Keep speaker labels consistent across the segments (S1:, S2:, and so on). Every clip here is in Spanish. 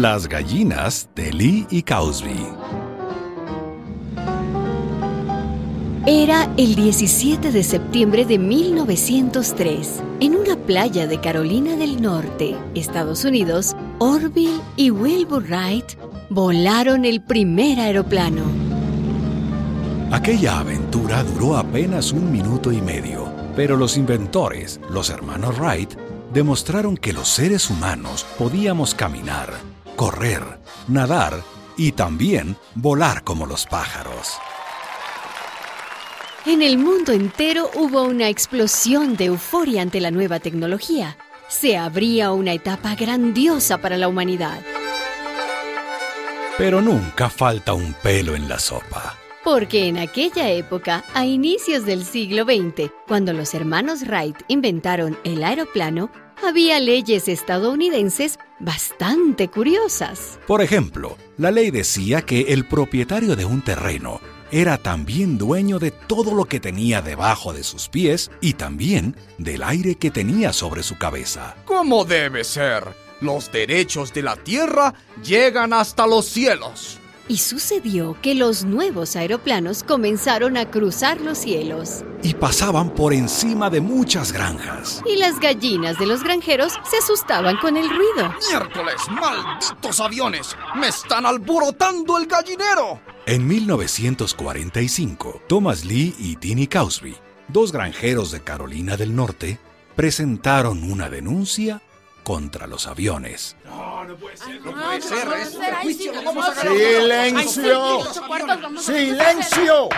S1: Las gallinas de Lee y Cowsby.
S2: Era el 17 de septiembre de 1903. En una playa de Carolina del Norte, Estados Unidos, Orville y Wilbur Wright volaron el primer aeroplano.
S1: Aquella aventura duró apenas un minuto y medio, pero los inventores, los hermanos Wright, demostraron que los seres humanos podíamos caminar, correr, nadar y también volar como los pájaros.
S2: En el mundo entero hubo una explosión de euforia ante la nueva tecnología. Se abría una etapa grandiosa para la humanidad.
S1: Pero nunca falta un pelo en la sopa.
S2: Porque en aquella época, a inicios del siglo XX, cuando los hermanos Wright inventaron el aeroplano, había leyes estadounidenses bastante curiosas.
S1: Por ejemplo, la ley decía que el propietario de un terreno era también dueño de todo lo que tenía debajo de sus pies y también del aire que tenía sobre su cabeza.
S3: Como debe ser, los derechos de la tierra llegan hasta los cielos.
S2: Y sucedió que los nuevos aeroplanos comenzaron a cruzar los cielos.
S1: Y pasaban por encima de muchas granjas.
S2: Y las gallinas de los granjeros se asustaban con el ruido.
S3: ¡Miércoles! ¡Malditos aviones! ¡Me están alborotando el gallinero!
S1: En 1945, Thomas Lee y Tini Cowsby, dos granjeros de Carolina del Norte, presentaron una denuncia contra los aviones.
S3: No, no puede ser, no puede ser. eso.
S4: ¡Silencio! ¡Silencio!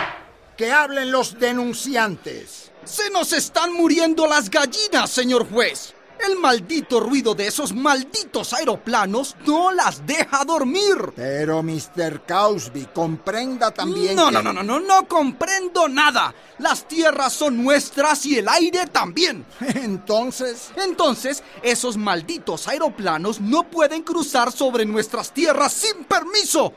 S4: Que hablen los denunciantes.
S3: Se nos están muriendo las gallinas, señor juez. El maldito ruido de esos malditos aeroplanos no las deja dormir.
S4: Pero, Mr. Cosby, comprenda también
S3: No,
S4: que...
S3: no, no, no, no, no comprendo nada. Las tierras son nuestras y el aire también.
S4: Entonces,
S3: Entonces, esos malditos aeroplanos no pueden cruzar sobre nuestras tierras sin permiso.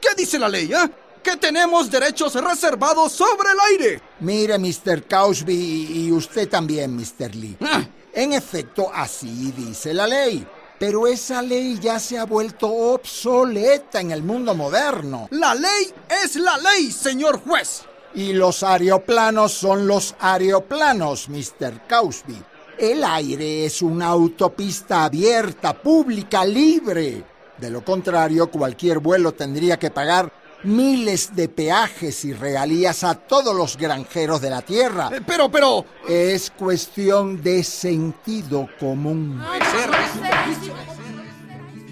S3: ¿Qué dice la ley, eh? Que tenemos derechos reservados sobre el aire.
S4: mire, Mr. Cosby, y usted también, Mr. Lee.
S3: Ah,
S4: En efecto, así dice la ley. Pero esa ley ya se ha vuelto obsoleta en el mundo moderno.
S3: La ley es la ley, señor juez.
S4: Y los aeroplanos son los aeroplanos, Mr. Cosby. El aire es una autopista abierta, pública, libre. De lo contrario, cualquier vuelo tendría que pagar miles de peajes y regalías a todos los granjeros de la tierra.
S3: Eh, Pero, pero...
S4: Es cuestión de sentido común.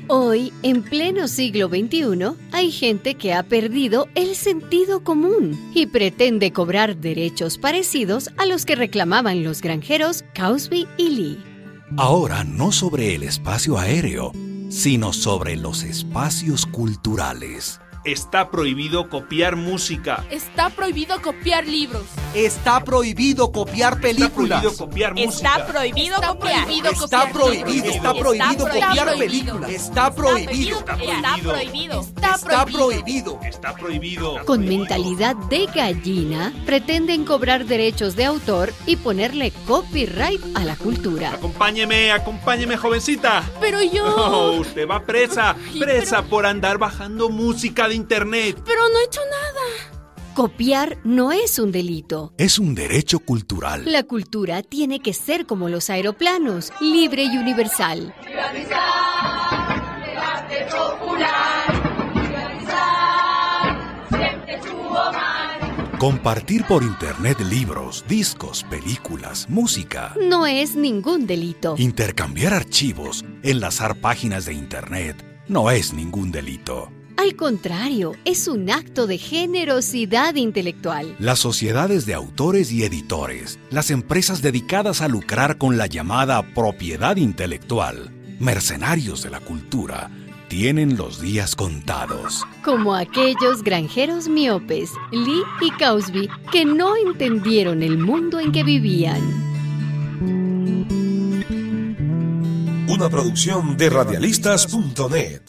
S2: Hoy, en pleno siglo XXI, hay gente que ha perdido el sentido común y pretende cobrar derechos parecidos a los que reclamaban los granjeros Cosby y Lee.
S1: Ahora no sobre el espacio aéreo, sino sobre los espacios culturales.
S5: Está prohibido copiar música.
S6: Está prohibido copiar libros.
S3: Está prohibido copiar
S5: Está
S3: películas.
S5: prohibido copiar
S7: Está
S5: música.
S7: prohibido
S6: Está
S7: copiar.
S6: prohibido
S3: Está
S6: copiar
S3: prohibido,
S6: libros.
S3: está prohibido
S7: prohibido.
S3: copiar
S7: Está
S3: películas.
S6: prohibido.
S3: Está prohibido.
S7: Está prohibido. Está prohibido.
S3: Está prohibido.
S5: Está prohibido.
S2: Con mentalidad de gallina, pretenden cobrar derechos de autor y ponerle copyright a la cultura.
S5: Acompáñeme, acompáñeme, jovencita.
S6: Pero
S5: Oh,
S6: yo...
S5: usted va presa,
S6: Ay,
S5: presa
S6: pero-
S5: por andar bajando música de internet.
S6: Pero no he hecho nada.
S2: Copiar no es un delito.
S1: Es un derecho cultural.
S2: La cultura tiene que ser como los aeroplanos, libre y universal.
S1: Compartir por internet libros, discos, películas, música.
S2: No es ningún delito.
S1: Intercambiar archivos, enlazar páginas de internet, no es ningún delito.
S2: Al contrario, es un acto de generosidad intelectual.
S1: Las sociedades de autores y editores, las empresas dedicadas a lucrar con la llamada propiedad intelectual, mercenarios de la cultura, tienen los días contados.
S2: Como aquellos granjeros miopes, Lee y Cosby, que no entendieron el mundo en que vivían.
S8: Una producción de radialistas.net.